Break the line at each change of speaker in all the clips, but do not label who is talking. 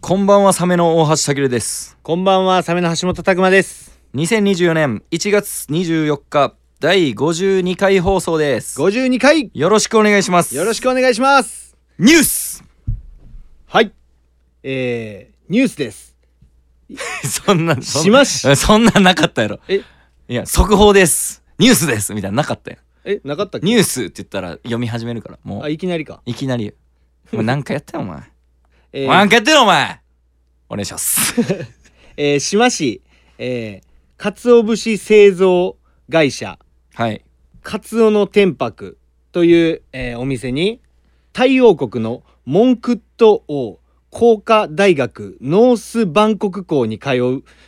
こんばんはサメの大橋たけるです
こんばんは、サメの橋本拓馬です。
2024年1月24日第52回放送です
五十二回、
よろしくお願いします
よろしくお願いします。
ニュース
はい。えー、ニュースです。
そんな
しまし
そんななかったやろ
え、
いや速報ですニュースですみたいななかったやん
え、なかったっけ
ニュースって言ったら読み始めるからも
あ、
う
いきなりか。
いきなりお前なんかやったよお前、
え
お前なん
ー、
かやってるお前お願いします
えー、志摩市、えー、鰹節製造会社、
はい
鰹の天白という、えーお店に、太陽国のモンクット王工科大学ノースバンコク校に通う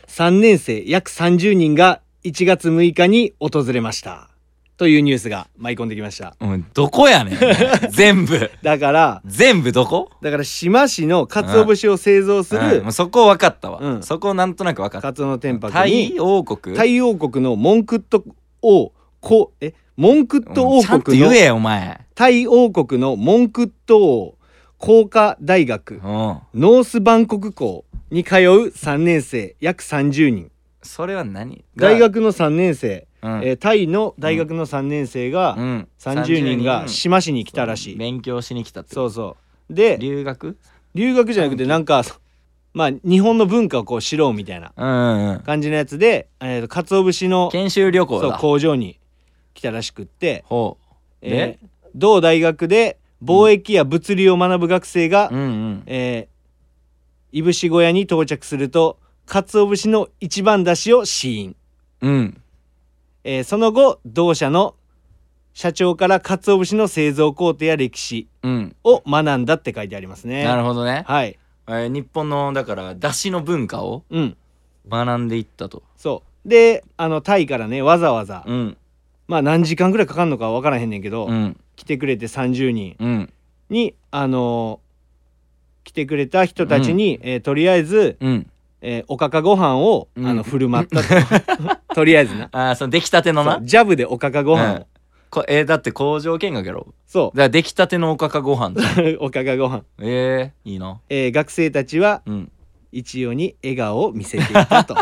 3年生約30人が1月6日に訪れました。というニュースが舞い込んできました。
お前どこやねんお前全部
だから、
全部どこ
だから志摩市の鰹節を製造す
うん
る
もうそこ分かったわ、
うん
そこなんとなく分かった
鰹の天
タ
白
イ
に
王国
太陽国のモンクット王こえモンクット王
ちゃんと
国の
言えよお前
タイ王国のモンクット王工科大学
うん
ノースバンコク校に通う3年生約30人
それは何が
大、学の3年生、
うん
えータイの大学の3年生が
うん
30人が
30
志摩市に来たらしい、
勉強しに来たって
そううそうで
留学
留学じゃなくてなんかまあ日本の文化をこう知ろうみたいな
うんうんうん
感じのやつで、えー、と鰹節の
研修旅行
そう
だ
工場に来たらしくって、
ほう
え
で
ー同大学で貿易や物流を学ぶ学生が、
うんうん
えーいぶし小屋に到着すると鰹節の一番出しを試飲、
うん
えーその後同社の社長から鰹節の製造工程や歴史
うん
を学んだって書いてありますね
なるほどね、
はい
えー日本のだから出汁の文化を
うん
学んでいったと
そうであのタイからねわざわざ、
うん
まあ何時間ぐらいかかるのかわからへんねんけど、
うん
来てくれて30人
うん
にあのー来てくれた人たちに、えーとりあえず、
うん
えーおかかご飯を、
うん
あの振る舞ったと とりあえずな
ああその出来たての
そ
な
うジャブでおかかご飯を、
うんこえーだって工場見学やろ
そ
だから出来たてのおかかご飯
うおかかご飯、
ええいいな
えー学生たちは
うん
一様に笑顔を見せてい たと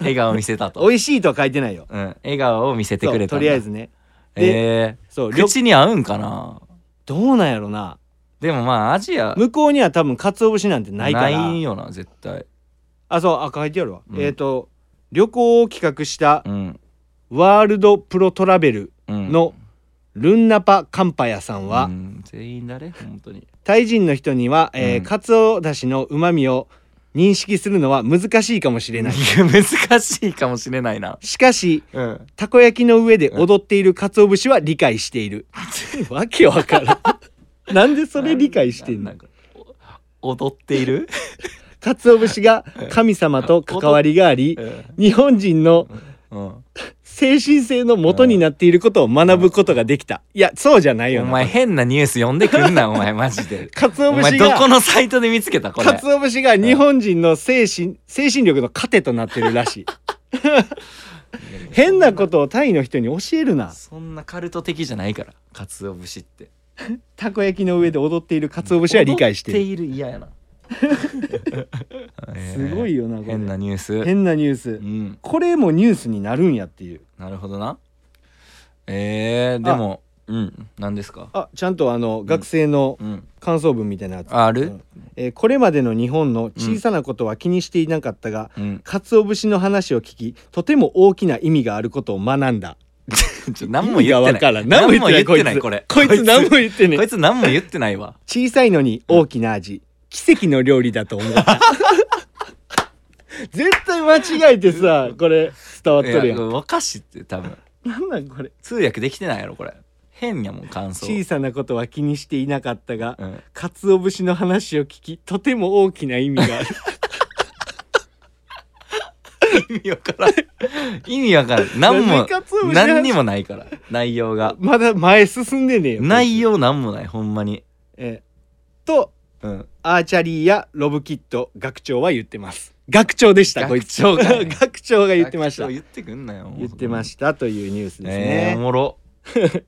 笑顔見せたと、
美味しいとは書いてないよ
うん、笑顔を見せて
そ
く
う
れた
と
んだ
りあえずね
え
そう
ー
旅
口に合うんかな
どうなんやろな
でもまあアジア
向こうには多分鰹節なんてないから
よな絶対
あそうあ書いてあるわ、
うん
えっ、と旅行を企画した
うん
ワールドプロトラベル
うん
のルンナパカンパヤさんは、
うん全員誰本当に
タイ人の人には、えー
うん
カツオだしの旨味を認識するのは難しいかもしれない。
いや 難しいかもしれないな
しかし、
うん
たこ焼きの上で踊っているカツオ節は理解している。わけわからん。 なんでそれ理解してんの
なかお踊ってい る
カツオ節が神様と関わりがあり、日本人の
うん
精神性の元になっていることを学ぶことができた。いや、そうじゃないよ
お前
な。
変なニュース読んでくんなお 前マジで
カツ
お
オ
前
節
どこ
が、
のサイトで見つけたこれ
カツオ節が日本人の精神、精神力の糧となってるらしい。変なことをタイの人に教えるな
そんなカルト的じゃないからカツオ節って
たこ焼きの上で踊っている鰹節は理解してる
踊っている嫌や な
すごいよなこれ
変なニュース
変なニュース
うん
これもニュースになるんやっていう
なるほどなえー、でもうん何ですか
あちゃんとあの学生の
うん
感想文みたいなやつ、
あ
う
る
んえーこれまでの日本の小さなことは気にしていなかったが、
うん
鰹節の話を聞きとても大きな意味があることを学んだ
ちょ何も言っ
意
て
味がわ
な
か
い
らん何も言ってな
何も言ってない
いこ
これ
こいつ何も言ってね
こいつ何も言ってないわ
小さいのに大きな味、奇跡の料理だと思った 絶対間違えてさこれ伝わっ
い
とる
や
やん
おかしいって多分
なんなんこれ
通訳できてないやろこれ変やもん感想
小さなことは気にしていなかったが、
うん
鰹節の話を聞きとても大きな意味がある
意味わからん意味わからん 何
な
も
ぜ鰹節の話
何にもないから内容が
まだ前進んでねえよ
内、容なんもないほんまに
えーと
うん
アーチャリーやロブキット学長は言ってます学長でしたこいつ
学長がね
学長が言ってました
言ってくんなよ
言ってま
た
したというニュースです
えー、お
ね、
もろ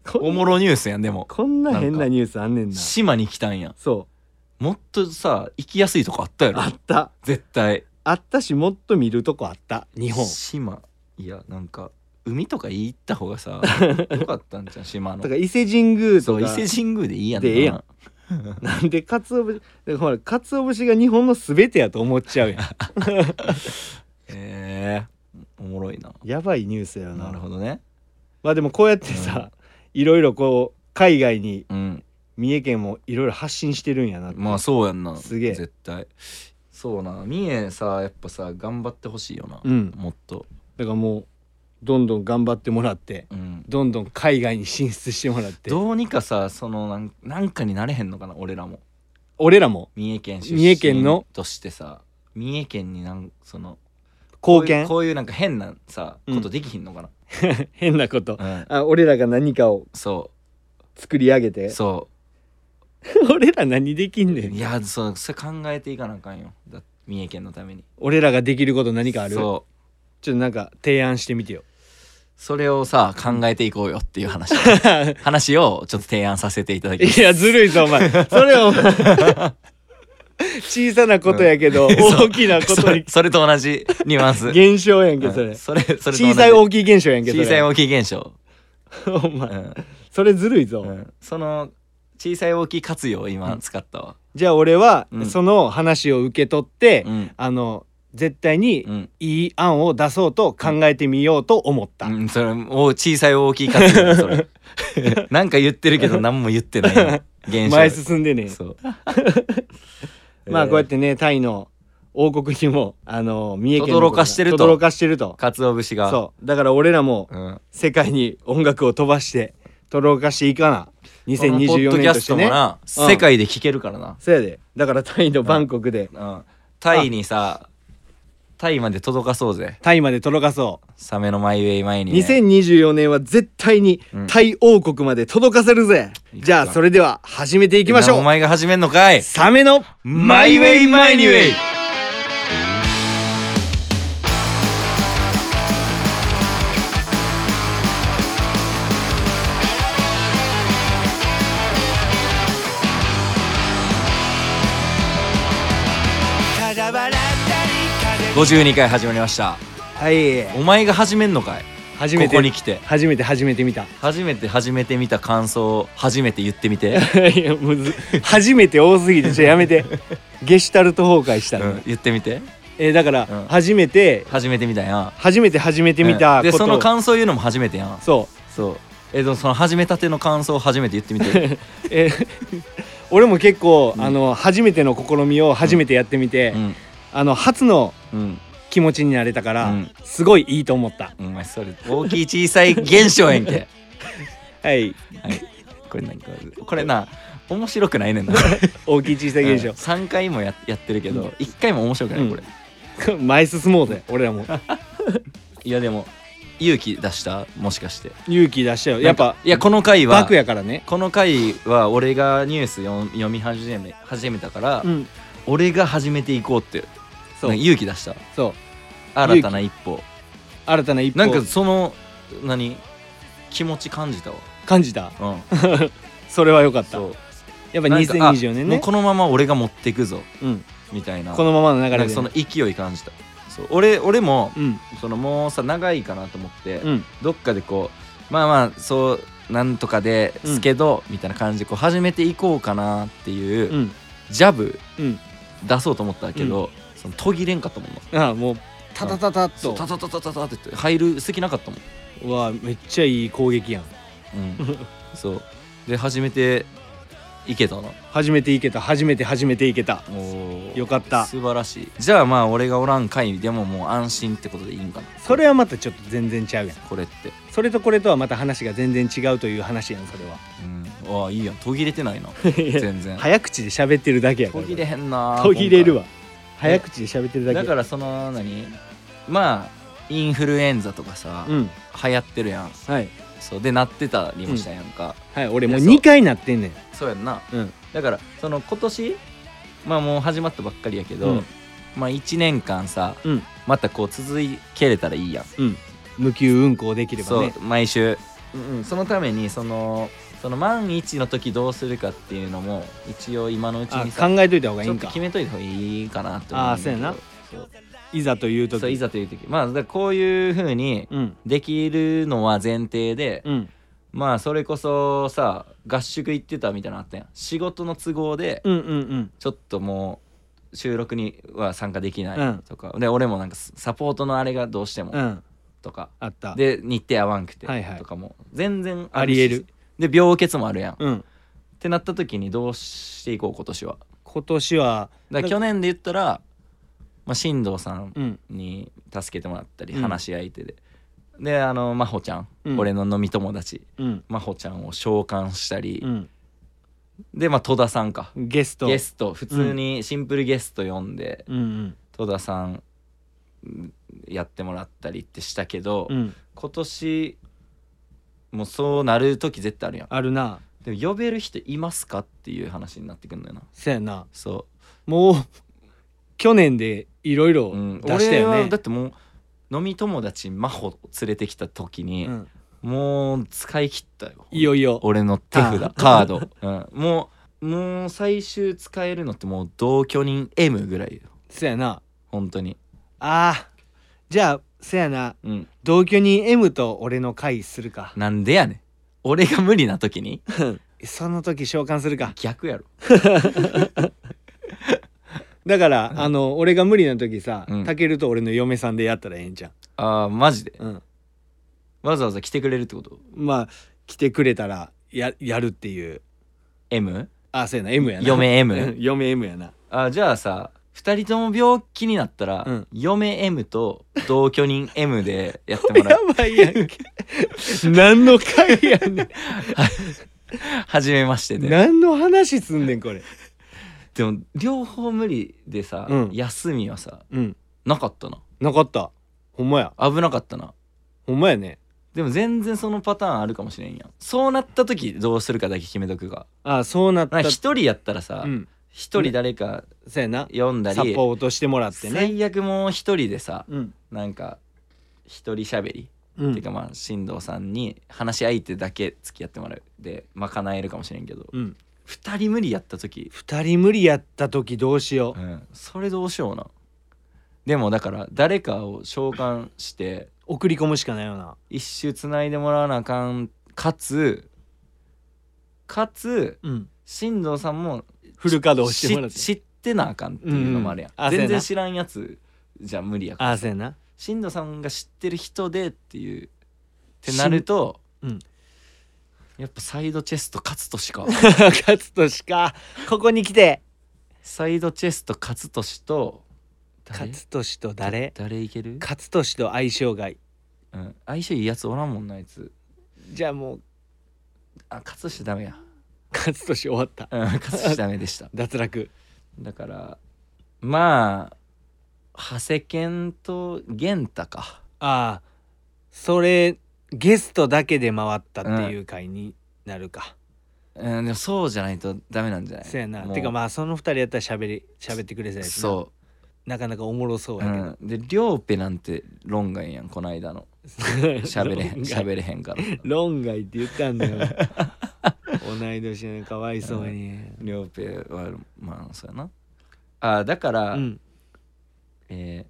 こん
おもろニュースやんでも
こんな変なニュースあんねんな
島に来たんや
そ
もっとさ行きやすいとこあったやろ
あった
絶対
あったしもっと見るとこあった日本
島いやなんか海とか行った方が さよかったんじゃん島の
だから伊勢神宮と
そう伊
か
勢神宮でいいやんな
でええやんなんで鰹節だからほら鰹節が日本の全てやと思っちゃうやん
えー、おもろいな
やばいニュースやよな
なるほどね
まあでもこうやってさ、いろいろこう海外に
うん
三重県もいろいろ発信してるんやなって
まあそうやんな
すげえ
絶対そうな三重さやっぱさ頑張ってほしいよな、
うん
もっと
だからもうどんどん頑張ってもらって
うん
どんどん海外に進出してもらって
どうにかさそのなんなんかになれへんのかな俺らも
俺らも
三重県出
三重県
身
の
としてさ三重県になんその
貢献
こういうこういうなんか変なさ
うん
ことできひんのかな、
変なこと
うん
あ俺らが何かを
そ
作り上げ
う
て
そ
俺ら何できん
う
ね
い
ん
やそうそれ考えていかなあかんよだ三重県のために
俺らができること何かあるちょっ
そう
となんか提案してみてよ
それをさ考えていこうよっていう話 話をちょっと提案させていただきます
いやずるいぞお前それ お前小さなことやけど、
ん そう
大きなこ
そ
とに
れそれと同じニュアンス
現象やんけ
うん
それ
それそれと同じ
小さい大きい現象やんけそれ
小さい大きい現象、
お
う
前
ん
それずるいぞ、
うんその小さい大きい活用を今使ったわ
じゃあ俺は、
うん
その話を受け取って、
うん
あの絶対に
うん、
いい案を出そうと考えてみようと思った、
うん、それお小さい大きい活用そ れなんか言ってるけど何も言ってない現象
前進んでね
そう
まあこうやっ
え
てねタイの王国にもあの三重県の
轟かしてると
轟かしてると
ー鰹節が
そうだから俺らも
うん、
世界に音楽を飛ばして轟かしていかな
この
2024
ポッドキ
年
ャス
として
トも
ね
な、
うん
世界で聞けるからな、
そうやでだからタイのバンコクで
うん、タイにさタイまで届かそうぜ
タイまで届かそう、
サメのマイウェイ前に、ね、
2024年は絶対に
うん
タイ王国まで届かせるぜ、
いくか
じゃあそれでは始めていきまし
お
ょう
前が始めんのかい
サメの
マイウェイマイニウェイ52回始まりました
はい
お前が始めんのかい
初めて
ここに来て
初めて初めて見た
初めて始めてみた感想を初めて言ってみて、
いやむず初めて多すぎてちょっとやめてゲシュタルト崩壊した
う
の、
ん、言ってみて
えーだから、
うん
初めて
初めてみたやん
初めて始めてみた
で
ことを、
その感想言うのも初めてやん
そう
そうえでもその始めたての感想を初めて言ってみ て
えー俺も結構、あの初めての試みを初めてやってみて、
うん
あの初の
うん
気持ちになれたから、
うん
すごいいいと思った
お前それ大きい小さい現象やん け
は
は
い
いこれなんかこれな面白くないねんな
大きい小さい現
う
象
ん、3回もややってるけど1回も面白くない、これ
前進もうぜ俺らも
いやでも勇気出したもしかして
勇気出したよやっ
なん
ぱ
かいやこの回は
バクやからね
この回は俺がニュース読読み始め始めたから、
うん
俺が始めていこうって
そう
なんか勇気出した
そう
新たな一歩
新たな一歩
なんかその何気持ち感じたわ
感じた
うん
それは良かった
そう
やっぱ
なんかあ
2024年
もう
ね
このまま俺が持っていくぞ
うん
みたいな
このままの流
な
れ
んか
で
その
ね
勢い感じたそう俺俺も
うん
そのもうさ長いかなと思って、
うん
どっかでこうまあまあそうなんとかですけど、みたいな感じでこう始めていこうかなっていう、
うん
ジャブ
うん
出そうと思ったけど、その途切れんかったもんな
ああもうタタタタっ
そ
と
うタタタタタタって入る隙なかったもん
うわめっちゃいい攻撃やん
うん そうで始めていけたな
初めていけた初めて初めていけた
お
よかった
素晴らしいじゃあまあ俺がおらん回でももう安心ってことでいいんかな
それはまたちょっと全然ちゃうやん
これって
それとこれとはまた話が全然違うという話やんそ れは
うんああいいやん途切れてない な全然
早口で喋ってるだけやか
途
ら
切れへんな
途切れる
わ
わ早口で喋ってるだけ
だからその何まあインフルエンザとかさ、
うん
流行ってるやん
はい
そうでなってたりもしたやんか、
はい俺もう
いやそう
2回なってんねん
そうやんな
うん
だからその今年まあもう始まったばっかりやけど、
うん
まあ1年間さ
うん
またこう続けれたらいいやん
うん無給運行できれば
そう
ね
毎週
うんうん
そのためにそのその万一の時どうするかっていうのも一応今のうち
あ
にさ
考えといた方がい
ち
い
ょっ
ん
と
か
決めといた方がいいかなって思
あ
う
ー
んだけ
そう
ど
やないざという
そう
時
そういざという時まあだからこういうふうに
うん
できるのは前提で、
うん
まあそれこそさ合宿行ってたみたいなのあったやん仕事の都合で
うんうんうん
ちょっともう収録には参加でき
う
ない
ん
とか、で俺もなんかサポートのあれがどうしても
うん
とか、
あった
で日程合わんくて
はいはい
とかも全然
ありえる
しで病欠もあるやん、っ
うん
てなった時にどうしていこう今年は
今年は
だから去年で言ったら、まあ、進藤さん
うん
に助けてもらったり、
うん
話し相手でであの真帆ちゃん、
うん
俺の飲み友達
うん
真帆ちゃんを召喚したり
う、ん
でまあ戸田さんか
ゲスト
ゲスト普通にシンプルゲスト呼んで、
うん
戸田さんうんやってもらったりってしたけど、
うんうん
今年もうそうなる時絶対あるやん
あるな
でも呼べる人いますかっていう話になってくるんだよな
そやな
そ
もう 去年でいろいろ
う、うん、
出したよ
俺は
ね
だってもう飲み友達真帆連れてきた時に、
うん
もう使い切ったよ
いよいよ
俺の手
あ
札カード、うん、もうもう最終使えるのってもう同居人 M ぐらいよ
そやな
本当に
あーじゃあそやな
うん
同居人 M と俺の会するか
なんでやねん俺が無理な時に
その時召喚するか
逆やろ
だから、あの俺が無理な時さ
うん
たけると俺の嫁さんでやったらええんじゃん、
あーマジで
うん、
わざわざ来てくれるってこと
まあ来てくれたらややるっていう
M?
あそうやな M やな
嫁 M
うん嫁 M やな
あーじゃあさ2人とも病気になったら、
うん
嫁 M と同居人 M でやってもらう
ばいやんけ 何の会やね ん
初めましてで
何の話すんねんこれ
でも両方無理でさ、
うん
休みはさ
うん
なかったな
なかったほんまや
危なかったな
ほんまやね
でも全然そのパターンあるかもしれんやんそうなった時どうするかだけ決めとくが
あそうなっ
な
た
んか一人やったらさ
うん
一、人誰か
そうやな
読んだ
サ
り、
ポートしてもらってね
最悪もう一人でさ
うん
なんか一人しゃべり、
う
っていうんかまあ進藤さんに話し相手だけ付き合ってもらうで賄えるかもしれんけど
うん
二人無理やった時、
二人無理やった時どうしよ
うん、それどうしようなでもだから誰かを召喚して
う送り込むしかないよな
一周つないでもらわなあかんかつかつ
うん
進藤さんも
フル稼働してもらって
し知ってなあかんっていうのもあるやん、
うんあそうや
全
な
然知らんやつじゃ無理やから
あそうやな
進藤さんが知ってる人でっていうってなると、
うん
やっぱサイドチェスト勝つとしか
勝つとしかここに来て
サイドチェスト勝つとしと誰
勝つとしと誰
誰いける、
勝つとしと相性がいい
うん、相性いいやつおらんもんなあいつ
じゃあもう
あ勝つとしダメや、
勝つとし終わった
うん、勝つとしダメでした
脱落
だからまあ長谷健と源太か
ああそれゲストだけで回ったっていう回になるか、
うんでもそうじゃないとダメなんじゃない
そうやな
もう
てかまあその二人やったらしゃべり喋ってくれそうやしな
そう
なかなかおもろそうやけど、
うん、で両ペなんて論外やんこの間 の喋れへん
論外
喋れへんから
論外って言ったんだよ 同い年なのにかわいそうに
両ペはまあそうやなあだから、
うん
え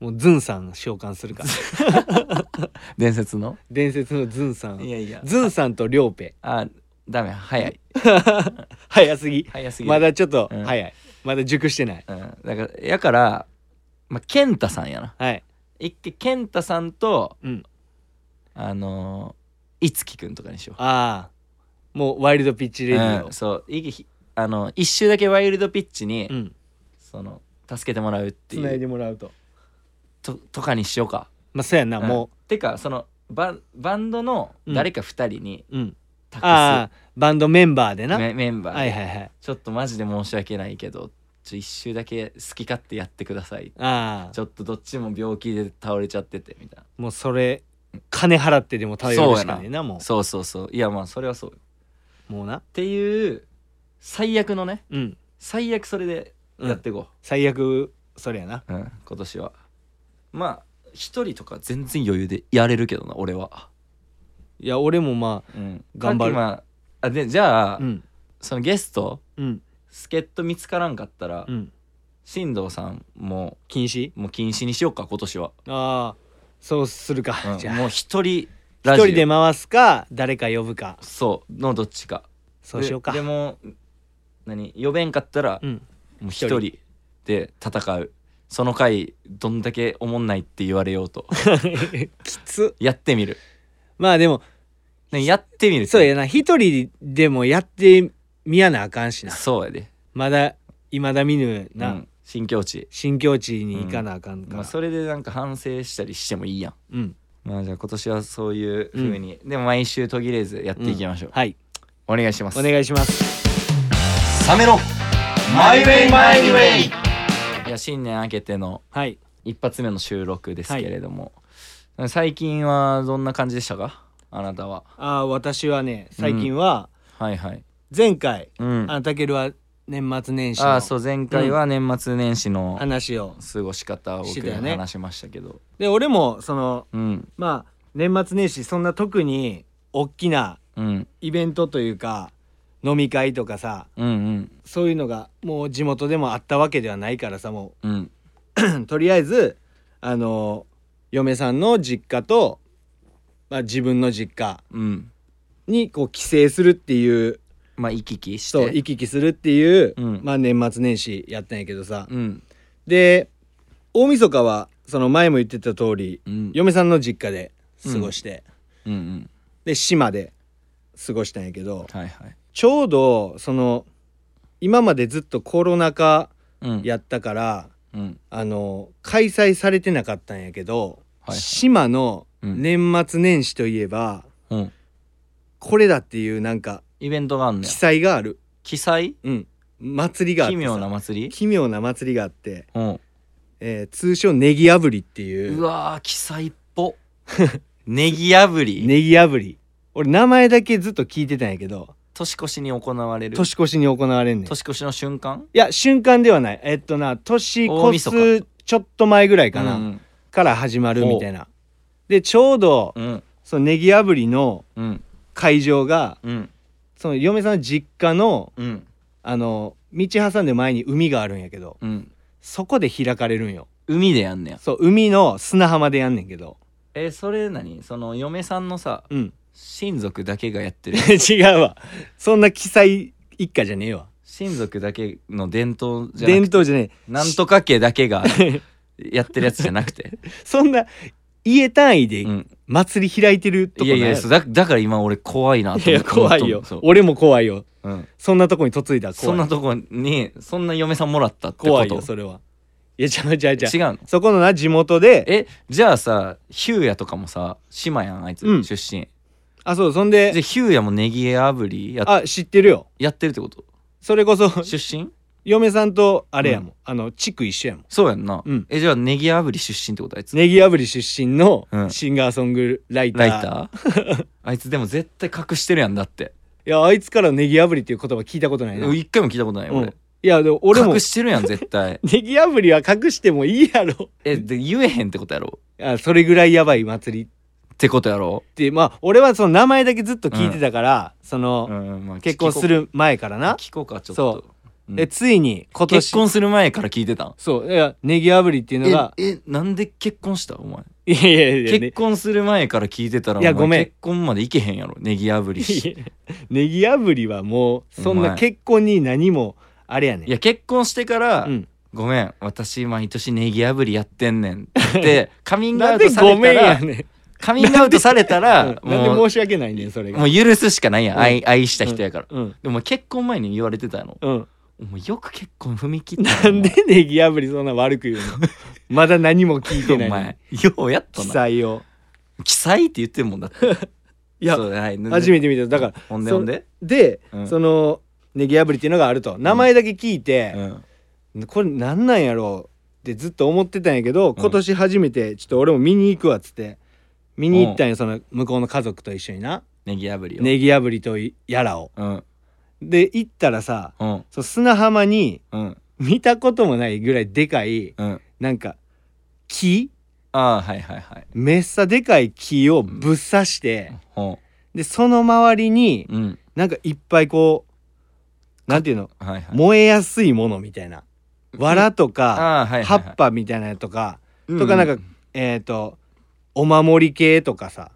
もうズンさん召喚するか
ー伝説の
伝説のズンさん
やいや
ズンさんとリョウペ
あダメ早い
早すぎ
早すぎる
まだちょっと
うん
早い、まだ熟してない
うん、だからやからまあ健太さんやな
はい
一回健太さんと
うん
あのー、いつきくんとかにしよう
ああもうワイルドピッチレディ
うん、
オ
そういひあの一周だけワイルドピッチに、
うん
その助けてもらうって
繋
いう
もらうと
ととかにしようか
まあそうやな、
うん
も
てかそのバンバンドの誰か2人に
ううん
託、
ああバンドメンバーですなは
メメンバーで、
いはいはい
ちょっとマジで申し訳ないけどちょ一周だけ好き勝手やってください
あ
ち
あ
ょっとどっちも病気で倒れちゃっててみたい
もうそれ金払ってでも頼るしかねえなも
なそうそうそういやまあそれはそうよっ
うもうな
ていう最悪のね
うん
最悪それでやっていこ
最悪それやな
う、うん今年はまあ一人とか全然余裕でやれるけどな俺は
いや俺もまあ
うん、
頑張る
カキマあでじゃあ、
うん
そのゲスト
うん
助っ人見つからんかったら、
うん
進藤さんも
禁止
もう禁止にしようか今年は、
ああそうするか、
うん
じゃあ
もう一人
一
ラジオ
人で回すか誰か呼ぶか
そうのどっちか
そうしようか
ででも何呼べんかったら、
うん
もう一人で戦うその回どんだけおもんないって言われようと
きつ
やってみる、
まあでも
ね、やってみる
そうやな一人でもやってみやなあかんしな
そうやで、
まだいまだ見ぬ
う
な、
ん、新境地、
新境地に行かなあかんから、
まあ、それでなんか反省したりしてもいいやん
うん
まあじゃあ今年はそういう風に、でも毎週途切れずやっていきましょう、
はい
お願いします
お願いします
サメの
マイウェイマイウェイ
いや新年明けての
はい
一発目の収録ですけれども、最近はどんな感じでしたかあなたは
あー私はね最近は
はいはい
前回、
うん
あ
あ
たけるは年末年始
あそ
の
う前回は年末年始の
話を、
過ごし方を僕
してたよ
に
ね
話しましたけど
で俺もその
うん
まあ年末年始そんな特に大きな
うん
イベントというか飲み会とかさ
うんうん
そういうのがもう地元でもあったわけではないからさも
うん
う とりあえずあの嫁さんの実家と、まあ、自分の実家
うん
にこう帰省するっていう
まあ行き来して
そう行き来するっていう、
うん
まあ、年末年始やったんやけどさ、
うん
で大晦日はその前も言ってた通り
うん
嫁さんの実家で過ごして、
うんうん
で島で過ごしたんやけど
はいはい
ちょうどその今までずっとコロナ禍
うん
やったから、
うん
あの開催されてなかったんやけど、
はいはい
島の
うん
年末年始といえば、
うん
これだっていうなんか
イベントがあんの
記
よ
載がある、
記載
うん、祭りがあって
奇
さ
妙な祭り
奇妙な祭りがあって、
うん
えー通称ネギ炙りっていう
うわー記載っぽ ネギ炙り、
ネギ炙り俺名前だけずっと聞いてたんやけど
年越しに行われる
年越しに行われんねんい
年越しの瞬間
や瞬間ではないえっとな年
大
越
晦
すちょっと前ぐらいかな、
うん
から始まるみたいなでちょうど
うん
そのネギ炙りの
うん
会場が
うん
その嫁さんの実家の
うん
あの道挟んで前に海があるんやけど
うん
そこで開かれるんよ
海でやんねや
そう海の砂浜でやんねんけど
えそれ何その嫁さんのさ
うん
親族だけがやってる
違うわそんな記載一家じゃねえわ
親族だけの伝統じゃな
伝
くて
統じゃねえ
なんとか家だけ がやってるやつじゃなくて、
そんな家単位で
うん、
祭り開いてるとこ
いや
ない
いやそうだだから今俺怖いなと思っ
い
て
や怖いよ
そう、
俺も怖いよ
うん、
そんなとこに嫁いだら怖い
そんなとこにそんな嫁さんもらったってこと
怖いよそれはいやじゃあじゃあじゃあ
違うの
そこのな地元で
えじゃあさヒューヤとかもさ島やんあいつ、
うん
出身
あそうそん
じゃ
で
あヒューヤもネギ炙りや
あ知ってるよ
やってるってこと
それこそ
出身
嫁さんとあれやもん、あの地区一緒やもん
そうやんな、
うん
えじゃあネギ炙り出身ってことあいつ
ネギ炙り出身の
うん
シンガーソングライター,、
ライター あいつでも絶対隠してるやんだって
いやあいつからネギ炙りっていう言葉聞いたことないな、うん、い
一回も聞いたことない俺、
やでも俺も
隠してるやん絶 対
ネギ炙りは隠してもいいやろ
えで言えへんってことやろ
あそれぐらいやばい祭りっ
ってことやろ、
てまあ俺はその名前だけずっと聞いてたから、その、
んまあ
結婚する前からな、
聞こうかちょっ
そ
と
う
うん
でついに今年
結婚する前から聞いてたん
そういやネギ炙りっていうのが
ええなんで結婚したお前
いやいやいや、
結
ね、
婚する前から聞いてたら
いや
お前
ごめん
結婚までいけへんやろネギ炙りし
いや ネギ炙りはもうそん
お
な
前
結婚に何もあれやねん
いや結婚してから、
うん
ごめん私毎年ネギ炙りやってんね んってカミングア
な
ウ
ん
ト
で
さ
ご
れた
めんや
ら
ねん
カミングアウトされた
うん
ら
なん
も
で
う
申し訳ないねんそれが
もう許すしかないやん、
うん
愛愛した人やから、
うん
でも結婚前に言われてたの
うん
お前よく結婚踏み切った
なんでネギ炙りそんな悪く言うの まだ何も聞いて
お
ないのに
前ようやっ
記
たな
載を
記載って言ってるもんだって
いや
そうはいなんで
初めて見ただから
ほんでほんで
で、
うん
そのネギ炙りっていうのがあると名前だけ聞いて、
うん
これなんなんやろうってずっと思ってたんやけど今年初めてちょっと俺も見に行くわっつって見に行ったんやその向こうの家族と一緒にな
ネギ炙りを、
ネギ炙りとやらを
うん
で行ったらさ
うん
そう砂浜に
うん
見たこともないぐらいでかい
うん
なんか木
ああはいはいはい
めっさでかい木をぶっ刺して
ほ
でその周りに
うん
なんかいっぱいこうなんていうの
はいはい
燃えやすいものみたいな藁とか
あーはいはい
葉
はい
っぱみたいなのとか
うん
とかなんかえっとお守り系とかさ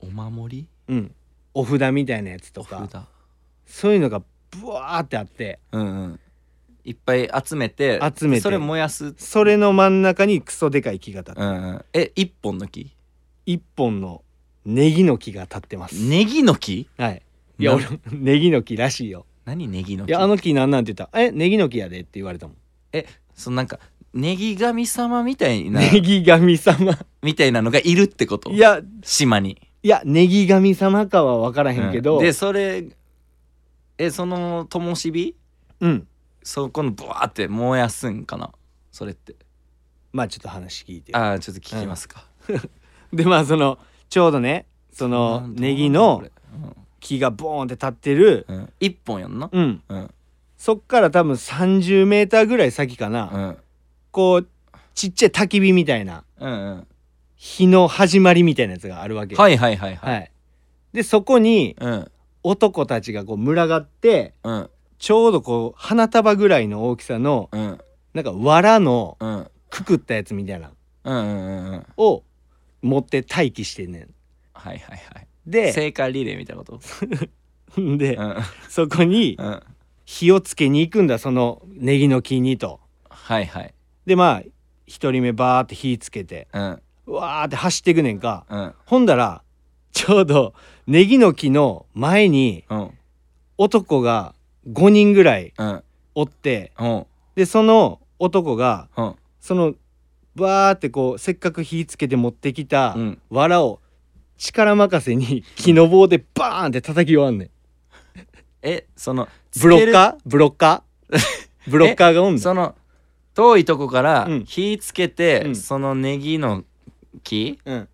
お守り
うんお札みたいなやつと
お
か
札
そういうのがブワーってあって
うんうんいっぱい集めて
集めて
それ燃やす
それの真ん中にクソでかい木が立って
うんうんえ一本の木
一本のネギの木が立ってます
ネギの木
はいい
な
や俺ネギの木らしいよ
何ネギの
い
木
やあの木なんなんて言ったら「えネギの木やで」って言われたもん
そのなんかネギ神様みたいな
ネギ神様
みたいなのがいるってこと
いや
島に
いやネギ神様かは分からへんけど
うんでそれえその灯火
うん
そこのブワーって燃やすんかなそれって
まあちょっと話聞いてよ
ああちょっと聞きますか、
でまあそのちょうどねその
なんどう
ネギの
こ
木がボーンって立ってる
れうんうん一本やんな
うん
うん
そっから多分30メーターぐらい先かな、
うん
こうちっちゃい焚き火みたいな
うんうん
火の始まりみたいなやつがあるわけよ
はいはいはいはい、
はい、でそこに
うん
男たちがこう群がって
うん
ちょうどこう花束ぐらいの大きさの
うん
なんか藁の
うんうん
くくったやつみたいなの
うんうんうん
を持って待機してんねん。
はいはいはい
で
聖火リレーみたいなこと
で
うん
そこに
うん
火をつけに行くんだそのネギの木にと。
はいはい
でまあ一人目バーって火つけて
うん
わーって走っていくねんか。
うん
ほんだらちょうどネギの木の前に
うん
男が5人ぐらい
うん
おって
うん
でその男が
うん
そのバーってこうせっかく火つけて持ってきた
うん
藁を力任せに木の棒でバーンって叩き終わんねん
えその
ブロッカーブロ ッカーブロッカーがおんねん
その遠いとこから
うん
火つけて、
うん
そのネギの木
うん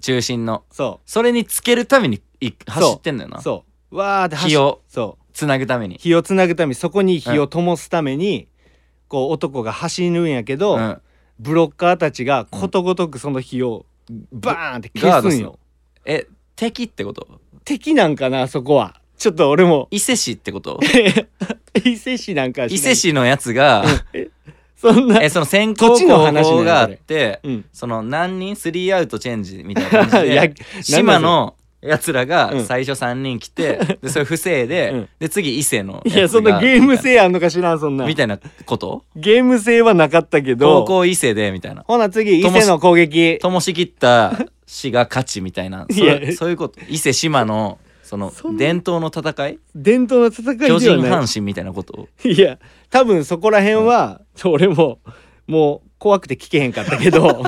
中心の
そ
それにつけるためにい走ってんだよ
う
な
そうわーって走
火を
そう
つなぐために
火をつなぐためにそこに火を灯すためにこう男が走るんやけど、
うん、
ブロッカーたちがことごとくその火をバーンって消すん
ガード
よ
え敵ってこと
敵なんかなそこはちょっと 俺も
伊勢市ってこと
伊勢市なんかはしな
伊
い
勢市のやつが
そんな
えその先行
土地の話
後
な
攻
んや
があっ
これ
て
うん
その何人スリーアウトチェンジみたいな感じ
や
で島のやつら
う
が
ん
最初3人来て、 でそれ不正で、
うん
で次伊勢の
いや、そんなゲーム性あんのか知らん、そんな。
みたいなこと
ゲーム性はなかったけ
高
ど。
校伊勢でみたいな
ほな、次、伊勢の攻撃。
ともし切った死が勝ちみたいなそ
いや
うそういうこと伊勢志摩のその
そんな
伝統の戦い
伝統の戦いで
巨人
はな
阪神みたいなこと
い。いや、多分そこら辺は、俺も、もう、怖くて聞けへんかったけど。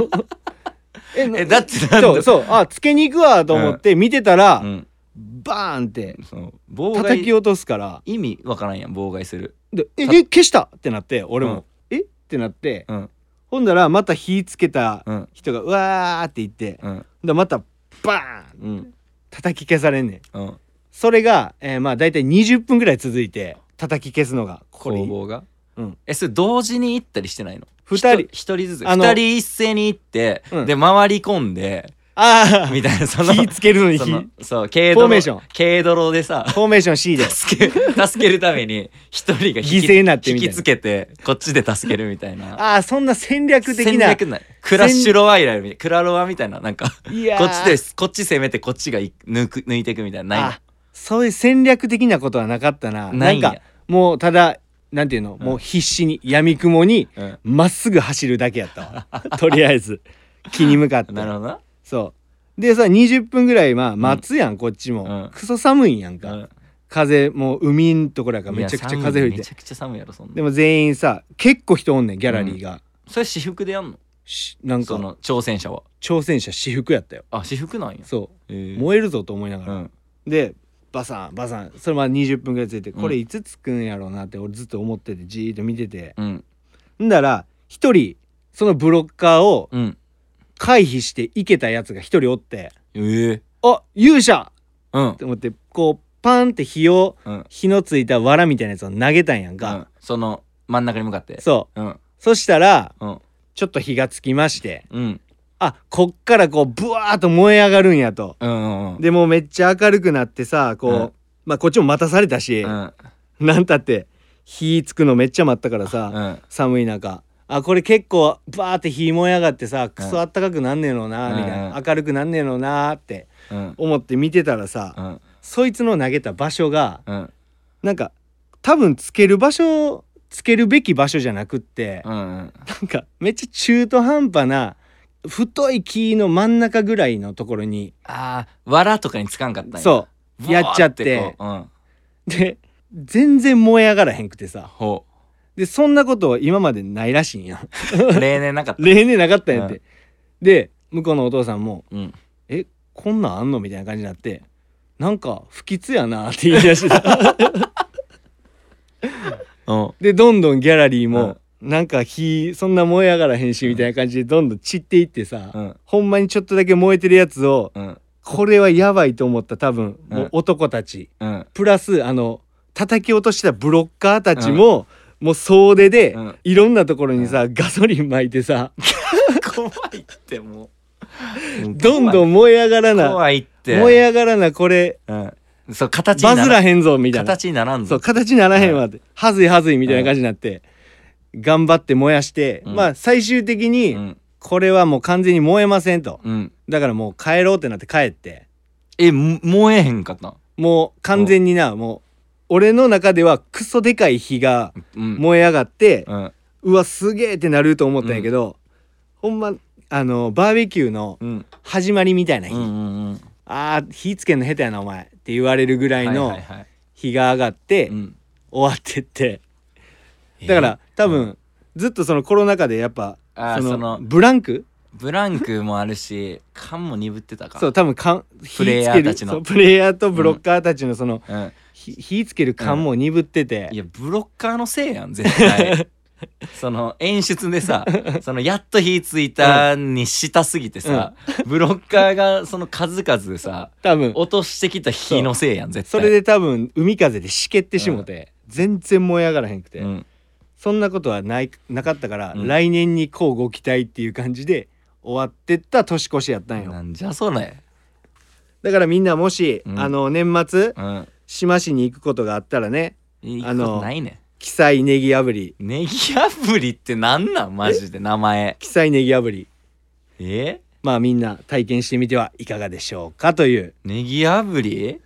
えな
えだってなんだ
そう、そう、あ、つけに行くわと思って見てたら、
うん、
バーンって、
その妨
叩き
害
落とすから、
意味わからんやん妨害する
でえ、え、
た
消したってなって、俺も、えってなって、
うん
ほんだら、また火つけた
うん
人が、うわーって言って、
うん
でまた、バーン
うん
叩き消されんねん。
うん
それが、えー、まあ大体20分ぐらい続いて叩き消すのがこ
攻
れ
防が、
うん
えそれ同時に行ったりしてないの
二人
一一人ずつ
あの
二人一斉に行って、
うん
で回り込んで
あ
みたいなそ
あ
の
火つけるのに
そ
火
の
フ
そう軽泥
フォーメーション
軽泥でさ
ォーメーション C で
助け助けるために一人が引き
犠牲になってみたい
引
な
きつけてこっちで助けるみたいな
ああそんな戦略的な
戦略いクラッシュロワイラルみたいなクラロワみたいななんか
いやー
こっちですこっち攻めてこっちがい抜く抜いていくみたいなない
あそういう戦略的なことはなかったな
ないんや
んかもうただなんていうの、
うん
もう必死に闇雲に
の
まっすぐ走るだけやった わとりあえず気に向かっ
う
て
ん、なるほどな、
そうでさ20分ぐらいまあ待つやん、こっちも、
うん
クソ寒いんやんか、風もう海んところやからめちゃくちゃ風吹
や寒
いて
めちゃくちゃ寒いやろそんな
でも全員さ結構人おんねんギャラリーが、
それ私服でやんの
しなん
そ
か
の挑戦者は
挑戦者私服やったよ
あ私服なんや
そ
え
う
ー
燃えるぞと思いなが
う
ら、
ん
でバサンバサンそれまで20分ぐらいついて
うん
これいつつくんやろうなって俺ずっと思っててじーっと見てて
うん
んだら一人そのブロッカーを
うん
回避していけたやつが一人おって
えー、
あ勇者
うん
って思ってこうパンって火を
うん
火のついた藁みたいなやつを投げたんやん
う
か
ん、その真ん中に向かって
そう
うん
そしたら
うん
ちょっと火がつきまして
うん
あこっからこうブワーっと燃え上がるんやと
うんうんうん
でもうめっちゃ明るくなってさこう、
うん
まあこっちも待たされたし、
うん
なんたって火つくのめっちゃ待ったからさ、
うん
寒い中あこれ結構バーって火燃え上がってさクソあったかくなんねえのな、
うん
みたいな
う
明るくなんねえのなって
うん
思って見てたらさ、
うん
そいつの投げた場所が
うん
なんか多分つける場所つけるべき場所じゃなくって、
うん
なんかめっちゃ中途半端な太い木の真ん中ぐらいのところに
あーわらとかにつかんかったんや
そう
わー
やっちゃって
こううん
うで全然燃え上がらへんくてさ
ほ
でそんなことは今までないらしいんや
う例年なかった
例年なかったんやって、
う
で向こうのお父さんも
うん
「えこんなんあんの?」みたいな感じになって「なんか不吉やな」って言い出して た
うん
でどんどんギャラリーも、なんか火そんな燃え上がらへんしみたいな感じでどんどん散っていってさ、
うん
ほんまにちょっとだけ燃えてるやつを
うん
これはやばいと思った多分、も
う
う
ん
男たち
うん
プラスあの叩き落としたブロッカーたちも、もう総出で、
うん
いろんなところにさ、ガソリン撒いてさ
怖いってもう
どんど
ん
ん燃え上がらな
怖いって
燃え上がらなこれ
うんそう形に
バ
な
ズ
ら
ら
ん
へんぞみたいな
形にならん
そ
ぞ
う形にならへんわって、はずいはずいみたいな感じになって、頑張って燃やして、
うん
まあ最終的
う
に、
ん
これはもう完全に燃えませんと
うん
だからもう帰ろうってなって帰って
えも燃えへんかった
もう完全にな、もう俺の中ではクソでかい火が
うん
燃え上がって、
うん
うわすげえってなると思ったんやけど、ほんまあのバーベキューの
うん
始まりみたいな
う
日、
んうんうん
あー火つけんの下手やなお前って言われるぐらい
は
の
いはいはい
日が上がって
うん
終わってって、だから多分ずっとそのコロナ禍でやっぱ
あー
その
その
ブランク
ブランクもあるし感も鈍ってたか
そう多分かん火つ
プレイヤ
け
ー
る
たちの
そうプレイヤーとブロッカーたちのその、
うん
火火つける感も鈍ってて、
いやブロッカーのせいやん絶 対その演出でさそのやっと火ついたにしたすぎてさ、ブロッカーがその数々でさ
多分
落としてきた火のせいやん絶
そ
対
れで多分海風でしけってしもて、全然燃え上がらへんくて、
うん、
そんなことはないなかったから、
うん
来年にこうご期待っていう感じで終わってった年越しやったんよ
なんじゃそれ
だからみんなもし、
うん
あの年末
うん
志摩市に行くことがあったらね
いいこ
あの
とないね
記載ネギ炙り
ネギ炙りってなんなんマジで名前
記載ネギ炙り
え
まあみんな体験してみてはいかがでしょうかという
ネギ炙り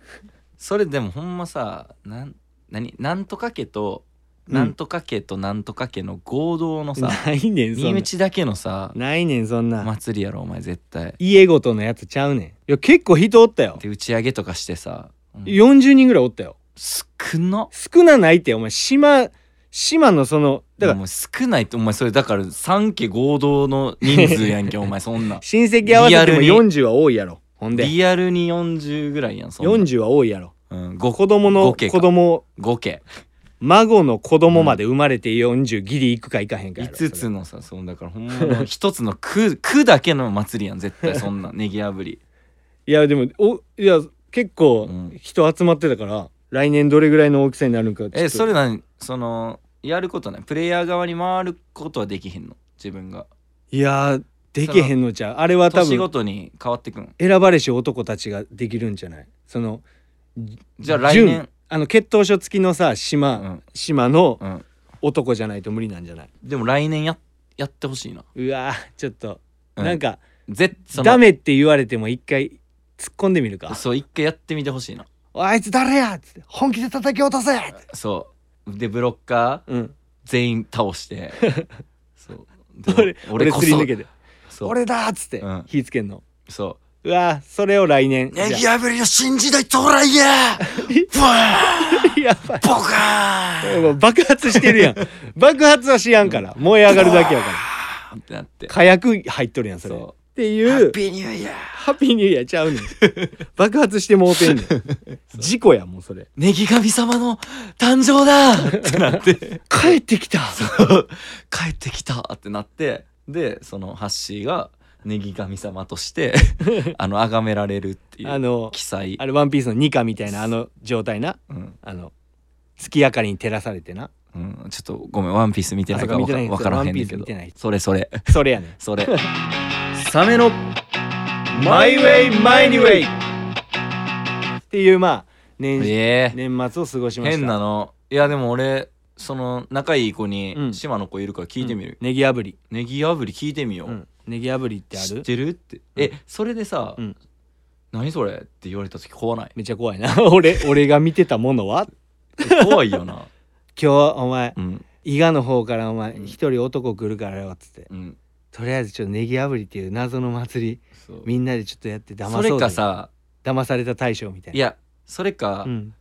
それでもほんまさなん何なんとか家と
うん
なんとか家となんとか家の合同のさ、
ないねんそ
身
んな
内だけのさ
ないねんそんな、
祭りやろお前絶対
家ごとのやつちゃうねんいや結構人おったよ
で打ち上げとかしてさ、うん
40人ぐらいおったよ
少な
少なないってお前島島のそのだ
だ
か
からら少ないってお前それだから三家合同の人数やん けお前そんな
親戚合わせても
リアル
40は多いやろほんで
リアルに40ぐらいやんそんな、
40は多いやろ
うん、
子供の
五
子
家か
供
5家
孫の子供まで生まれて40ギリいくかいかへんかやろ
5つのさそのだからほんまの一つの区 区だけの祭りやん絶対そんなネギ炙 り
いやでもおいや結構
うん
人集まってたから、来年どれぐらいの大きさになるんかちょっと
えそれ何そのやることないプレイヤー側に回ることはできへんの自分が
いやーできへんのちゃうあれは多
年ご
分
とに変わってくん
選ばれし男たちができるんじゃないその
じゃあ来年
あの血統書付きのさ
う
島、
ん
島の
うん
男じゃないと無理なんじゃない
でも来年ややってほしいな。
うわーちょっと、
うん
なんか
ぜその
ダメって言われても一回突っ込んでみるか
そう一回やってみてほしいな。
「あいつ誰や!」っつって「本気で叩き落とせ!」って
そうでブロッカー
うん、
全員倒して。 そうで
俺俺
こ
すり抜けて「
そう
俺だ!」っつって、
うん
火つけんの
そう
わーそれを来年
う。
じゃあ
ネギ破りの新時代到来 や。ブワー
やばい
ボカ
も
ーン。
う爆発してるや ん爆発はしやんから燃え上がるだけやから
ってなって。
火薬入っとるやんそれ
そ
って
う。ハ
いう
ッピーニューイヤー。
ハッピーニューイヤーちゃうねん爆発してもうてん ねん事故やもうそれ
ネギ神様の誕生だってなって。
帰ってきた
そう 帰ってきたってなってでそのハッシーがネギ神様として あの崇められるってい
あ
う
の
記載
あれワンピースのニカみたいなあの状態な
うん
あの月明かりに照らされ てな
うん、ちょっとごめん「ワンピース見てないか
あそ
ら
う
わ
か
か
見てない
わから
んですよ
へんねんけ
ワンピース見
ど
てない
それそれ
それやねん
それサメの
マイウェイマイニウェイっていうまあ年,、
ええ
年末を過ごしました
変なのいやでも俺その仲いい子に、
うん
島の子いるから聞いてみる、
ネギ炙り、
ネギ炙り聞いてみよう、
うん、ネギ炙りってあ
知っ
る
てるってえそれでさ、
うん
何それって言われた時怖ない
めっちゃ怖いな 俺俺が見てたものは
怖いよな
今日お前
うん
伊賀の方からお前
うん
一人男来るからよっつって
うん
とりあえずちょっとネギ炙りっていう謎の祭り
そう
みんなでちょっとやって騙そ
そう
ぜ
れかさ
騙された大将みたいない
やそれか、
うん、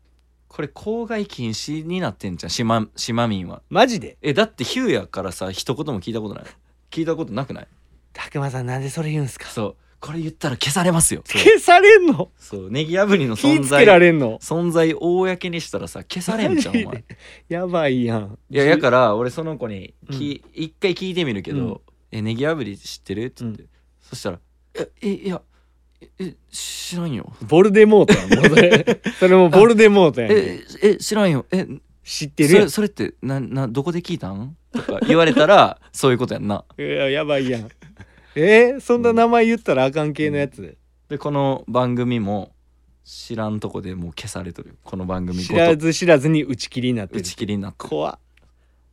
これ公害禁止になってんじゃん島島民は
マジで
えだってヒューヤからさ一言も聞いたことない聞いたことなくない
たくまさんなんでそれ言うんすか
そうこれ言ったら消されますよ そう
消されんの
そうネギ炙りの
気
存
つけら
在
れんの
存在公にしたらさ消されんじゃんお前
やばいやん
いややから俺その子にき、一回聞いてみるけど「
うん
えネギ炙り知ってる?」って言って、そしたら「ええいやええ知らんよ
ボルデモートやんもうそれ それもボルデモートやんけ
ええ知らんよえ
知って
そ
る
れそれってななどこで聞いたん?」とか言われた らそういうことやんな
やんいややばいやんえー、そんな名前言ったらあかん系のやつ、
でこの番組も知らんとこでもう消されとるこの番組
知
ご
ら
と
ず知らずに打ち切りになって
打
る
ち切りになって
怖っ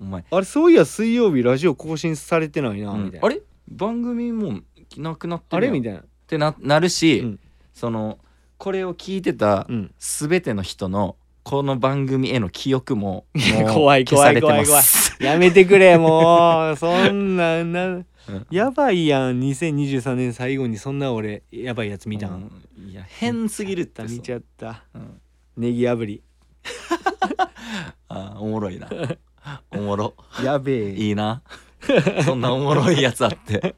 お前、
あれそういや水曜日ラジオ更新されてないな、
うん
みたいな
あれ番組もうなくなって
あ
る
れ
やん
み
った
いな
てななるし、
うん
そのこれを聞いてた
うん
全ての人のこの番組への記憶ももう
怖い
消されて
怖い怖い怖
ま
い
す
やめてくれもう そんなな
うん
やばいやん2023年最後にそんな俺やばいやつ見たん、
うんいや変すぎるって
見ち
ゃ
ゃった
うん、
ネギ炙り
あーおもろいな おもろ
やべえ
いいなそんなおもろいやつあ って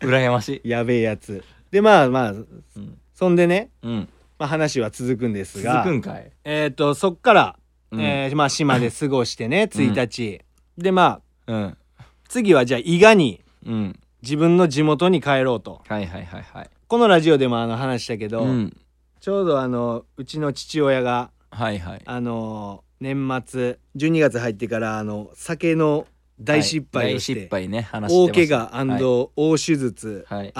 羨ましい、
やべえやつでまあまあ
うん
そんでね、
うん、
まあ、話は続くんです
続
が
くんかい、
えっ、とそっから、
うん
えーまあ、島で過ごしてね1日、でまあ
うん
次はじゃあ伊賀に
うん
自分の地元に帰ろうと
はいはいはいはい
このラジオでもあの話したけど、
うん
ちょうどあのうちの父親が
はいはい
あの年末12月入ってからあの酒の大失敗をして、
はい大失敗ね話し
大
てまし
怪
た
我大手術
はい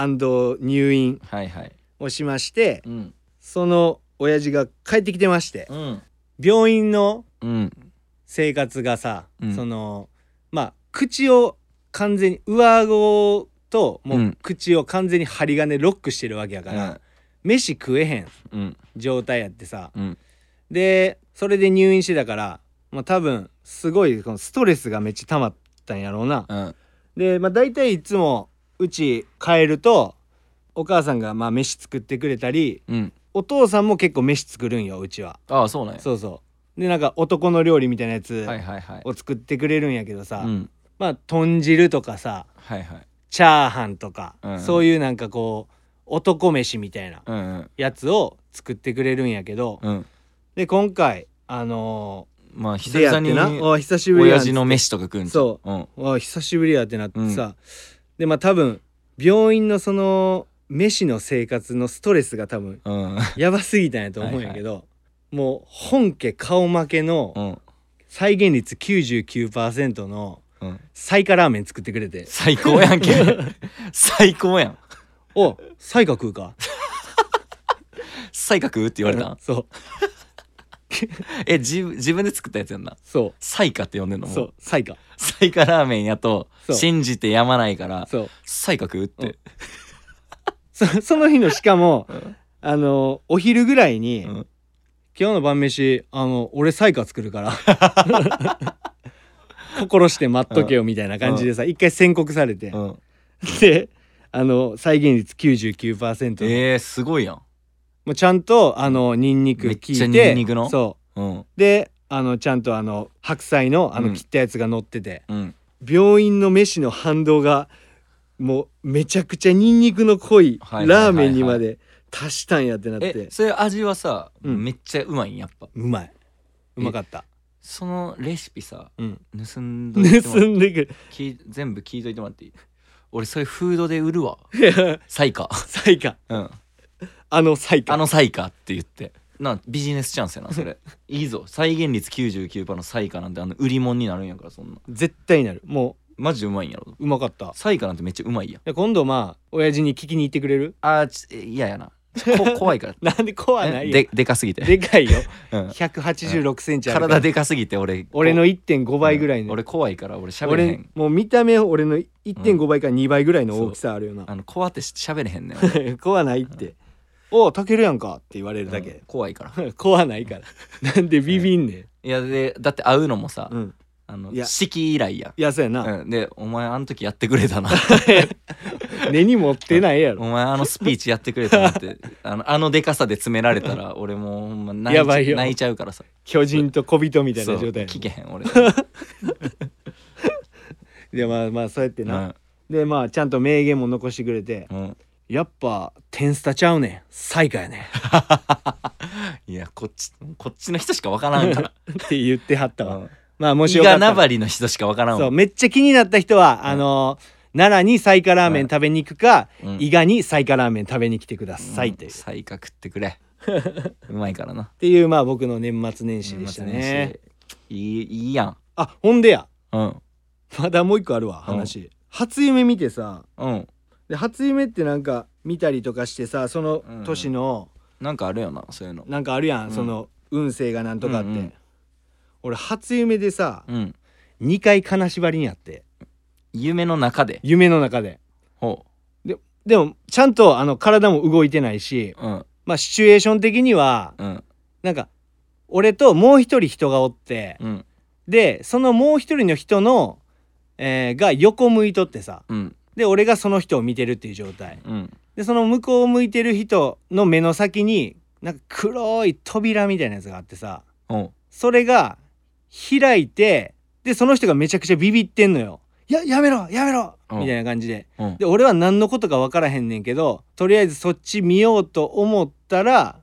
入院
はいはい
をしまして
うん
その親父が帰ってきてまして
うん
病院の
うん
生活がさ、
うん
そのまあ口を完全に上顎とも
う
うん口を完全に針金ロックしてるわけやから、飯食えへん
うん
状態やってさ
うん
でそれで入院してたから、まあ、多分すごいこのストレスがめっちゃ溜まったんやろうな。
うん
で、まあ、大体いつもうち帰るとお母さんがまあ飯作ってくれたり
うん
お父さんも結構飯作るんようちは。
ああそうなんや
そうそうでなんか男の料理みたいなやつ
はいはいはい
を作ってくれるんやけどさ、
うん
まあ豚汁とかさ
はいはい
チャーハンとか、
うん
そういうなんかこう男飯みたいな
うんうん
やつを作ってくれるんやけど、
うん
で今回あの
まあ
ー、
久々
出会ってな
に
お久しぶりや
親
ん
父の飯とか食うんじゃん、
そう
ん、
わ久しぶりやってなってさ、でまあ多分病院のその飯の生活のストレスが多分
うん
やばすぎたんやと思うんやけどもう本家顔負けの
うん
再現率99%の
うん
サイカラーメン作ってくれて
最高やん け最高やん
「おサイカ食うか?」
才覚って言われたん
そう
え自自分で作ったやつやんな
そ
才華って呼んでんの
う
も
そうサイカ
才華ラーメンやと
そう
信じてやまないから
そう
才覚って
そその日のしかも
うん
あのお昼ぐらいに、
うん
今日の晩飯あの俺サイカ作るから 心して待っとけよみたいな感じでさ、一回宣告されて、
うん
であの再現率99%、
えー、すごいやん
もうちゃんとあのニンニク効いて
めっちゃニンニクの
そ
うん
うであのちゃんとあの白菜のあ
う
の
ん
切ったやつが乗ってて、
うん
病院の飯の反動がもうめちゃくちゃニンニクの濃い
はいはいはいは
ラー
い
メンにまで足したんやってなって、
えそれ味はさ、
うん
めっちゃうまいんやっぱ
うまいうまかった、
そのレシピさ
うん、
盗んどいても
盗んでくる
聞い全部聞いといてもらっていい俺それフードで売るわ
いや
才華
サイカ
うん
あのサイカ
あの才華って言ってなビジネスチャンスやなそ れいいぞ再現率99%の才華なんてあの売り物になるんやからそんな
絶対になるもう
マジでうまいんやろ
うまかった
サイカなんてめっちゃうまいやん
で今度まあ親父に聞きに行ってくれる
あーち嫌ややな こ怖いから
なんで怖な
え
いよ
ででかすぎて、
でかいよ
うん、
1 8 6センチあるから
体でかすぎて俺
俺の1.5倍ぐらい
うん
の、
俺怖いから俺喋れへ
俺
ん
もう見た目俺の1.5倍から2倍ぐらいの大きさあるよな、
あの怖ってし喋れへ んねん俺
怖ないって「おおたけるやんか」って言われるだ
うん
け、
怖いから
怖な いからなんでビビんねん、
いやでだって会うのもさ、
うん、
あの
いや
式以来やん
いやそうやな、
うん、でお前あの時やってくれ たな
根に持ってないやろ
お前あのスピーチやってくれたなって あのあのでかさで詰められた ら俺もうほんま泣い
やばい
ちゃ
よ
泣いちゃうからさ
巨人と小人みたいな
そう
状態や
聞けへん俺、
でまあまあそうやって
う
な、
ん
でまあちゃんと名言も残してくれて
うん、
やっぱ天スタちゃうねん最下や ねん
いやこっちこっちの人しかわからん から
って言ってはったわ、
うん
まあもし
伊
よか
賀
った
な
ら
ばりの人しかわからん
そう
わ
めっちゃ気になった人は、
ん
あの奈良に西華ラーメン食べに行くか、
うん
伊賀に西華ラーメン食べに来てくださいという、
うん
っ
サイカ食ってく れうまいからな
ていうまあ僕の年末年始でしたね
年末年始いいいいやん
あほんでや
うん
まだもう一個あるわ
うん
話、初夢見てさ
うん
で初夢ってなんか見たりとかしてさその年の、
なんかあるよなそういうの
なんかあるやん、
うん
その運勢がなんとかって、
うんうん
俺初夢でさ、
うん
2回金縛りにあって
夢の中で
夢の中で
ほ
でもちゃんとあの体も動いてないし
ううん
まあシチュエーション的には
うん
なんか俺ともう一人人がおって、
うん
でそのもう一人の人の、えーが横向いとってさ
うん
で俺がその人を見てるっていう状態
うん
でその向こうを向いてる人の目の先になんか黒い扉みたいなやつがあってさ
ほ
それが開いてでその人がめちゃくちゃビビってんのよ。ややめろやめろ
うん
みたいな感じで。
ううん
で俺は何のことか分からへんねんけどとりあえずそっち見ようと思ったら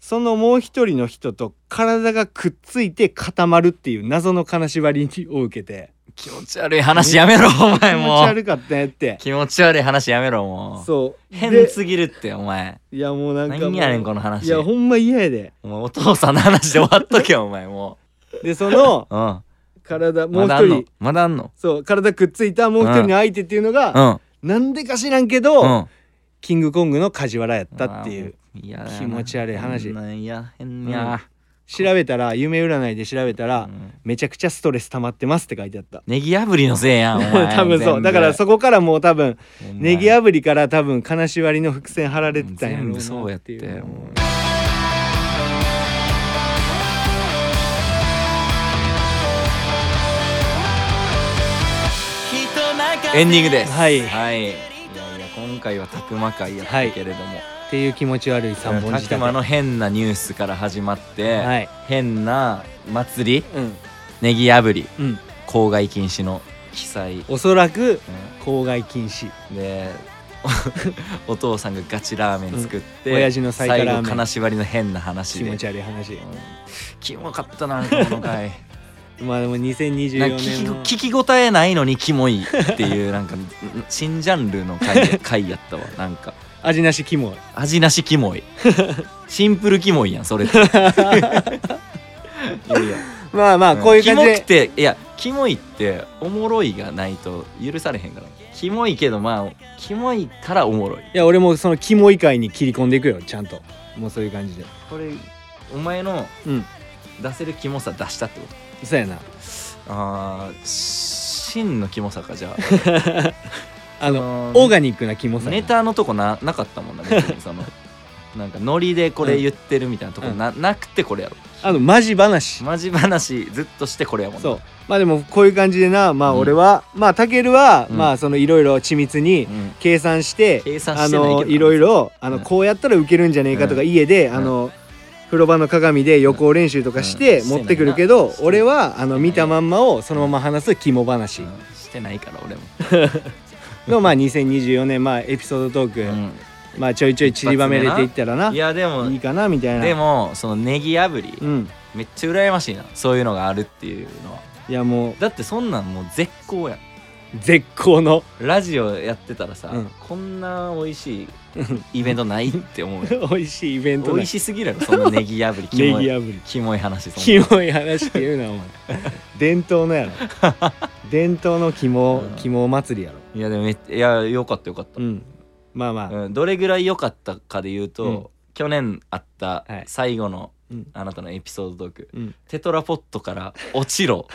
そのもう一人の人と体がくっついて固まるっていう謎の金縛りを受けて
気持ち悪い話やめろお前も
気持ち
う
悪かったんやって
気持ち悪い話やめろもう
そう
変
です
ぎるってお前
いやもうなんかもう
何やねんこの話
いやほんま嫌やで
お前お父さんの話で終わっと けよお前も
でそ の
ううん
体も
ま
う
だあ
一
んの
人
まだあんの
そう体くっついたもう一人の相手っていうの
う
が
ん
なんでか知らんけ
う
ど
ん
キングコングの梶原やったっていう
あーやだな
気持ち悪い話
そんなんやへんや、
調べたら夢占いで調べた
う
ら
ん
めちゃくちゃストレス溜まってますって書いてあった
ネギ炙りのせいやんお前
多分
全
そう
部
だからそこからもう多分
ほんま
ネギ炙りから多分金縛りの伏線張られてたんやろう
全
な
部そうやって
ってい
も
う
うエンディングです
は
い、
い
いやいや今回はたくま会やったけれども、
っていう気持ち悪い三本
た
仕立
く
て
まの変なニュースから始まって、
はい
変な祭り
うん
ネギ炙り
うん
郊外禁止の記載、
おそらく
う
公害禁止
んで お父さんがガチラーメン作って、
うん親父のサイカラーメン
最後金縛りの変な話
気
で
持ち悪い話
うんキモかったなこの回
まあでも
なん
2024
か聞
年
き
も
聞き応えないのにキモいっていうなんか 新ジャンルの回や回やったわなんか
味なしキモい
味なしキモ いシンプルキモいやんそれっていやいや
まあまあこういう感じ
キモく
で
ていやキモいっておもろいがないと許されへんからキモいけどまあキモいからおもろい
いや俺もそのキモい界に切り込んでいくよちゃんともうそういう感じで
これお前の
うん
出せるキモさ出したってこと
そうやな
あー真のキモさかじゃ
あ
あ
の
の
オーガニックなキモさやな
ネタのとこななかったもんな別にその なんかノリでこれ言ってるみたいなとこな,、なくてこれやろ
あのマジ話
マジ話ずっとしてこれやもんな
そうまあでもこういう感じでなまあ
うん
俺は、まあたけるは、
うん
まあそのいろいろ緻密に
うん
計算して、
計算
あ
してないけど
のいろいろあの、
うん
こうやったらウケるんじゃねえかとか、
うん
家で、
ん
あの風呂場の鏡で予行練習とかして、
うん
持ってくるけど、
してないな
俺はあの見たまんまをそのまま話す肝話
うんしてないから俺も、
の、まあ2024年まあエピソードトーク、
う、
まあちょいちょい散りばめれていったらなん
い
い
やでも
いかなみたいな
でもそのネギ炙り、
うん
めっちゃ羨ましいなそういうのがあるっていうのは
いやもう
だってそんなんもう絶好やん
絶好の
ラジオやってたらさ、
うん
こんな美味しいイベントないって思うよ
美味 しいイベント
美味しすぎるやろそのネギ破 りキ
ネ
モ
ギ
い
破り
キモい話そんな
キモい話って言うなお前伝統のやろ伝統の肝
うん
肝祭りやろ
いやでもめっいやよかったよかった、
うんまあまあ、
うんどれぐらい良かったかで言うと、
うん
去年あった
はい
最後の
うん
あなたのエピソードトーク、
うん
テトラポットから落ちろ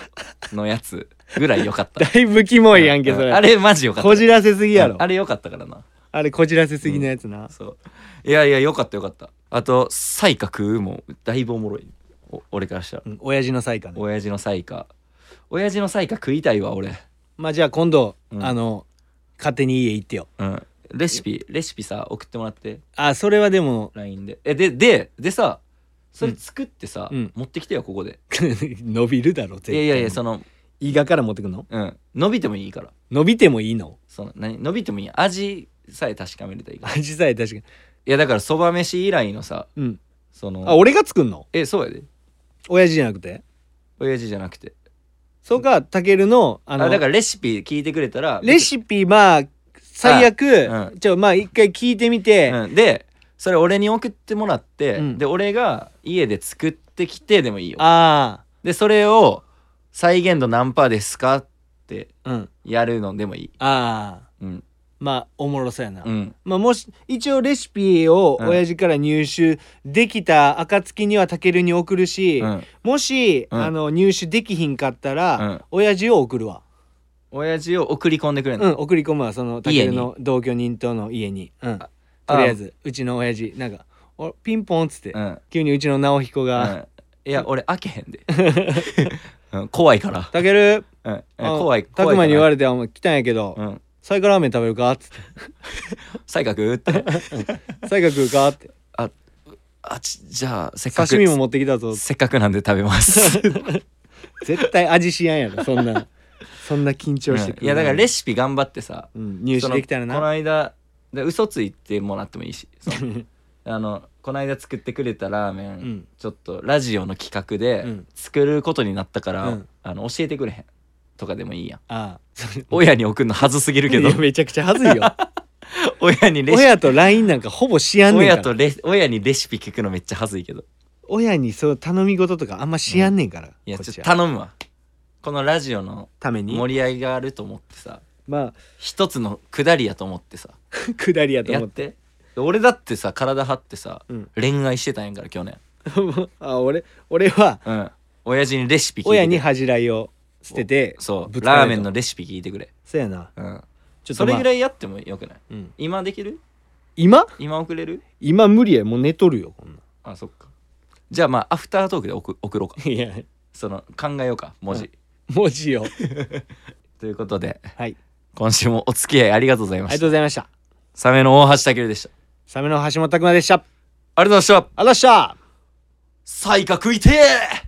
のやつぐらい良かった
だいぶ キモいやんけそれ、
うんあれマジ良かった
こじらせすぎやろ、
うんあれ良かったからな
あれこじらせすぎのやつな、
そういやいや良かった良かったあと才覚もだいぶおもろいお俺からしたら、
うん親父の最下ね
親父の才覚親父の才覚食いたいわ俺
まあじゃあ今度、
うん
あの勝手に家行ってよ
うんレシピレシピさ送ってもらって
あそれはでも
LINE でえでででさそれ作ってさ、
うん
持ってきてよここで
伸びるだろ絶
い
対
やいやいやその
胃がから持ってくの
うん伸びてもいいから
伸びてもいい の
その何伸びてもいい味さえ確かめれたらいいから
味さえ確かに
いやだからそば飯以来のさ
うん
その
あ俺が作んの
えそうやで
親父じゃなくて
親父じゃなくて
そうかたけるのあ
あ
の
だからレシピ聞いてくれたら
レシピまあ最悪
あう
ちょまあ一回聞いてみて、
うん、でそれ俺に送ってもらって、
うん
で俺が家で作ってきてでもいいよ
あ
でそれを再現度何パーですかって
あうん
やるのでもいい
ああ
うん
まあおもろそうやな、
うん
まあもし一応レシピを
うん
親父から入手できた暁にはたけるに送るし、
うん
もし、
うん
あの入手できひんかったら、
うん
親父を送るわ
親父を送り込んでくれるの、
うん送り込むわそのたけ
家に
るの同居人との家に、うん、と
あ
りあえずうちの親父なんかおピンポンっつって、
うんうん
急にうちの直彦が
いや俺開けへんで、 うん、怖いから
「たける
うんうん
あの
怖い
た
怖
く
い
まに言わ
れ
れてお前来たんやけど、
うん
サイカラーメン食べるか?」っ つって
才覚って
「サイカ食う か?」って
あちじゃあせっ
「
か
刺身も
く
持ってきたぞ
せっかくなんで食べま」 す
絶対味しやんやろそんなそんな緊張してく
うんいやだからレ
シ
シピ頑張ってさ
入手できたら
そのこの
な
間で嘘ついてもらってもいいし そのあのこの間作ってくれたラーメン、
うん
ちょっとラジオの企画で
うん
作ることになったから、
うん
あの教えてくれへんとかでもいいやん
ああそれ
親に送るのはずすぎるけ
い
ど
やめちゃくちゃは ずいよ
親にレシピ
親と LINE なんかほぼしやんねん
親
から
とレ親にレシピ聞くのめっちゃはずいけど
親にそう頼み事とかあんましやんねんから、
いや
こっ
ちょっ
ち
と
は
頼むわこのラジオの
ために
盛り上がると思ってさ
まあ
一つのくだりやと思ってさ
下りやと
や
思
っ
って
て俺だってさ体張ってさ、
うん
恋愛してたんやから去年
あ俺俺は
うん親父にレシピ聞いてくれ
親に恥じらいを捨てて
そう
ぶつかれた
ラーメンのレシピ聞いてくれ、
そうやな
うん、
ちょっと
それぐ
い、
らいやってもよくない
うん
今できる
今
今送れる
今無理やもう寝とるよこんな
あそっかじゃあまあアフタートークで送送ろうか
いや
その考えようか文字、
うん 文字を
ということで
はい
今週もお付き合いありがとうござい
あり
ま
が
し
と
た
うございました
サメの大橋健でした
サメの橋本拓馬でした
ありがとうございました
あらっしゃ
才覚いてー